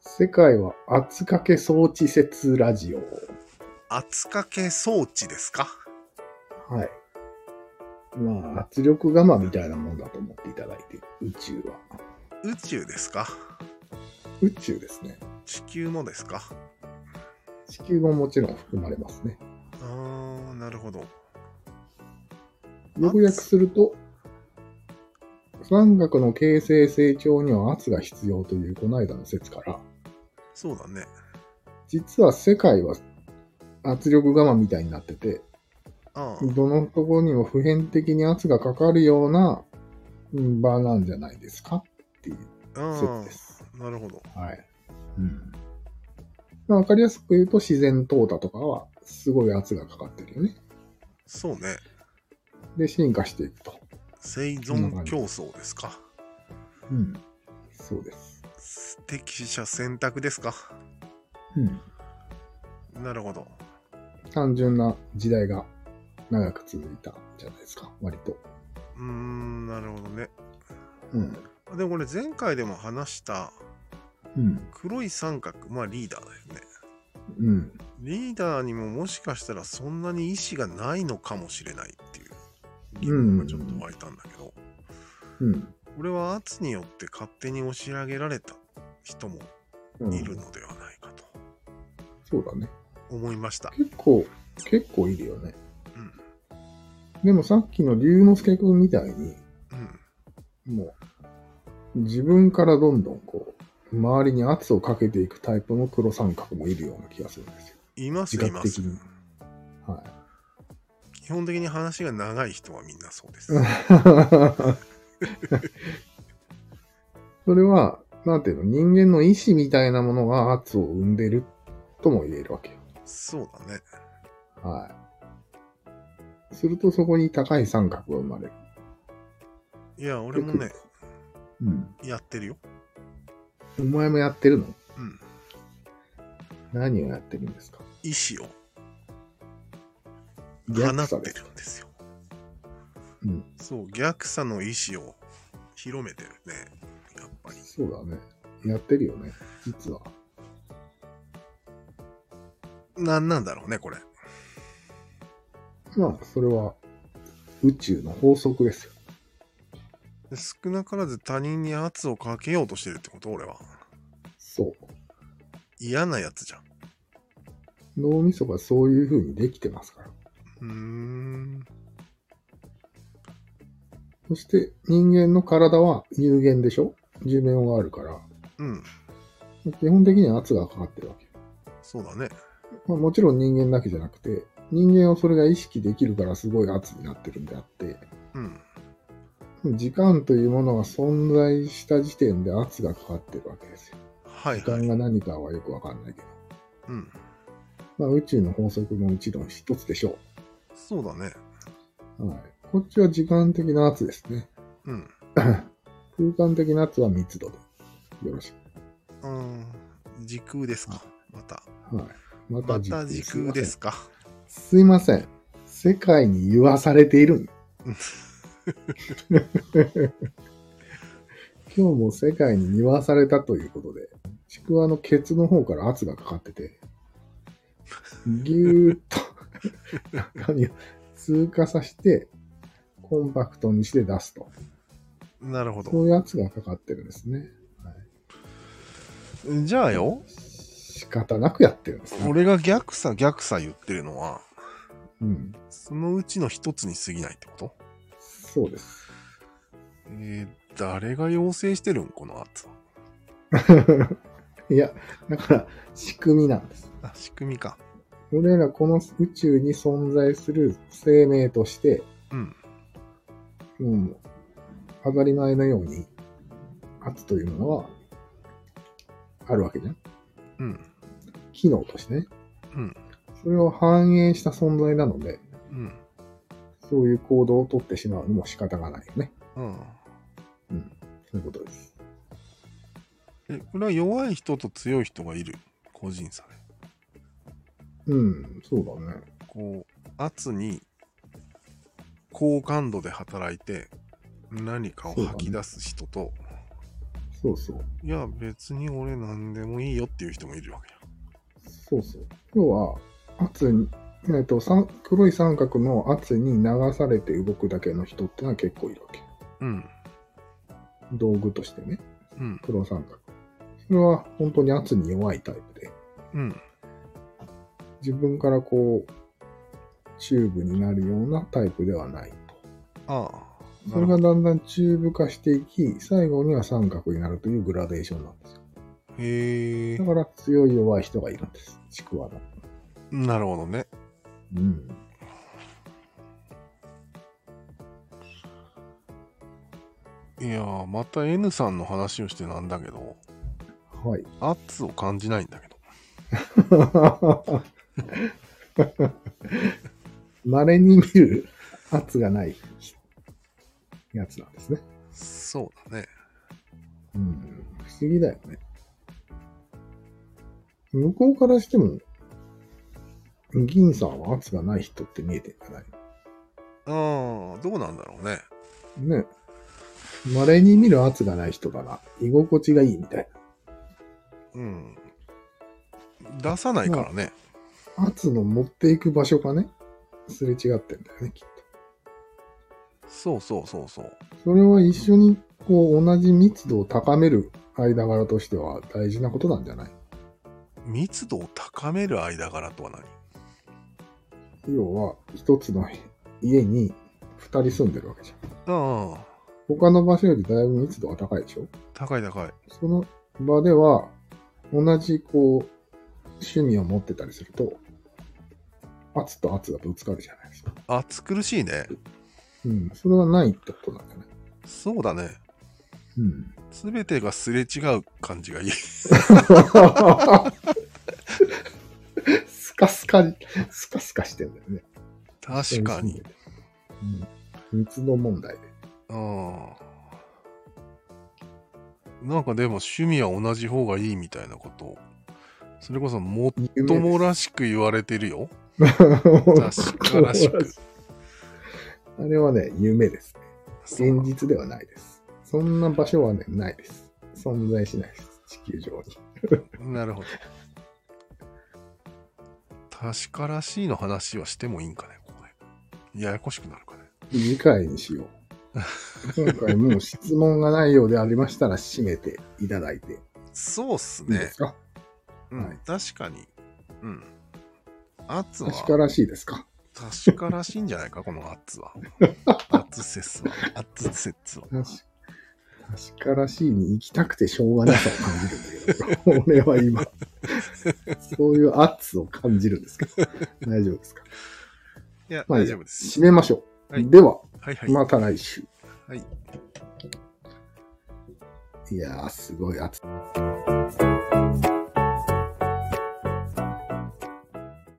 世界は圧掛け装置説ラジオ。圧掛け装置ですかはい。まあ、圧力釜みたいなもんだと思っていただいて、宇宙は。宇宙ですか宇宙ですね。地球もですか地球ももちろん含まれますね。あー、なるほど。要約すると、三角の形成成長には圧が必要というこの間の説から、そうだね。実は世界は圧力釜みたいになってて、あーどのところにも普遍的に圧がかかるようなうん場なんじゃないですかっていうあ説です。ー、なるほど。はい。うん。まあ、わかりやすく言うと自然淘汰とかはすごい圧がかかってるよね。そうね。で、進化していくと。生存競争ですかうん。そうです。適者選択ですかうん。なるほど。単純な時代が長く続いたんじゃないですか、割と。うーん、なるほどね。うん。でもこれ前回でも話したうん。黒い三角、まあリーダーだよね。うん。リーダーにももしかしたらそんなに意志がないのかもしれないっていう疑問がちょっと湧いたんだけど、うん。これは圧によって勝手に押し上げられた人もうん、いるのではないかとそうだね。思いました。結構、結構いるよね。うん。でもさっきの龍之介くんみたいに、うん。もう、自分からどんどんこう、周りに圧をかけていくタイプの黒三角もいるような気がするんですよ。います、自い覚ます的。に。は基本的に話が長い人はみんなそうです。い。 それは、なんていうの、人間の意志みたいなものが圧を生んでるとも言えるわけよ。そうだね。はい。するとそこに高い三角が生まれる。いや、俺もねよ、うん。やってるよ。お前もやってるのうん。何をやってるんですか意志を放逆ってさるんですかですよ。うんそう、逆さの意志を広めてるね。やっぱり。そうだね。やってるよね。実は。なんなんだろうね、これ。まあ、それは宇宙の法則ですよ。少なからず他人に圧をかけようとしてるってこと俺は。そう。嫌なやつじゃん。脳みそがそういう風にできてますから。うーん。そして人間の体は有限でしょ寿命があるから、うん。基本的には圧がかかってるわけ。そうだね。まあ、もちろん人間だけじゃなくて、人間をそれが意識できるからすごい圧になってるんであって、うん。時間というものが存在した時点で圧がかかってるわけですよ。はい時は間い。が何かはよくわかんないけど。うん。まあ、宇宙の法則ももちろん一つでしょそうだね。う。はい。こっちは時間的な圧ですね。 うん。空間的な圧は密度で。よろしうーん。時空ですか。また。く。はい。ままた時空で。すか。すいません。すいません世界に言わされてい るん今日も世界に言わされたということで、ちくわのケツの方から圧がかかってて、ぎゅーっと中身を通過させて、コンパクトにして出すと。なるほそど。ういう圧がかかってるんですね。じゃあよ、仕方なくやってるんですね。俺が逆さ逆さ言ってるのは、うん。そのうちの一つに過ぎないってことそうです。 えー、誰が要請してるんこの圧は。いや、だから仕組みなんです。あ、仕組みか。俺らこの宇宙に存在する生命として、うん。うん、当たり前のように、圧というものは、あるわけじゃん。うん。機能としてね。うん。それを反映した存在なので、うん。そういう行動をとってしまうのも仕方がないよね。うん。そういうことです。え、これは弱い人と強い人がいる。個人差で。うん、そうだね。こう、圧に好感度で働いて、何かを吐き出す人と、そうそう。いや、別に俺何でもいいよっていう人もいるわけや。そうそう。要は、圧に、えっと、三黒い三角の圧に流されて動くだけの人ってのは結構いるわけ。うん。道具としてね、うん。黒三角。それは本当に圧に弱いタイプで、うん。自分からこう、チューブになるようなタイプではないと。ああ。それがだんだんチューブ化していき、最後には三角になるというグラデーションなんですよ。へえだ。から強い弱い人がいるんです。ちくわの。なるほどね。うん。いやー、また N さんの話をしてなんだけど、はい。圧を感じないんだけど。 稀に見る圧がないやつなんですね。そうだね。うん。不思議だよね。向こうからしても、銀さんは圧がない人って見えてんじゃないああ、どうなんだろうね。ね。稀に見る圧がない人だな。居心地がいいみたいうん。出さないからね。な。圧の持っていく場所がね、すれ違ってんだよね、きっそうそうそうそう。と。それは一緒に、こう、同じ密度を高める間柄としては大事なことなんじゃない密度を高める間柄とは何要は、一つの家に二人住んでるわけじゃん。ああ、他の場所よりだいぶ密度が高いでしょ高い高い。その場では、同じ、こう、趣味を持ってたりすると、圧と圧がぶつかるじゃないですか。暑苦しいね。うん、それはないってことなんだね。そうだね。うん。すべてがすれ違う感じがいい。スカスカに、スカスカしてんだよね。確かに。。うん。密度問題で。ああ。なんかでも趣味は同じ方がいいみたいなことを。それこそもっともらしく言われてるよ。確からしく。 あれはね、夢です。そう現実ではないです。そんな場所はね、ないです。存在しないです。地球上に。なるほど。確からしいの話はしてもいいんかね、ここで。ややこしくなるかね。次回にし よう。今回もう質問がないようでありましたら締めていただいていそうっすいでねす。か、うんはい確かに。うん。圧は確からしいですか確からしいんじゃないか、 この 圧は。圧説は。圧説は。確確からしいに行きたくてしょうがなさを感じるんだけ ど、俺は今、そういう圧を感じるんですか大丈夫ですかいや、まあいい大や丈夫です。締めましょう。はいでは、はいはい。また来週。はいいやー、すごい暑い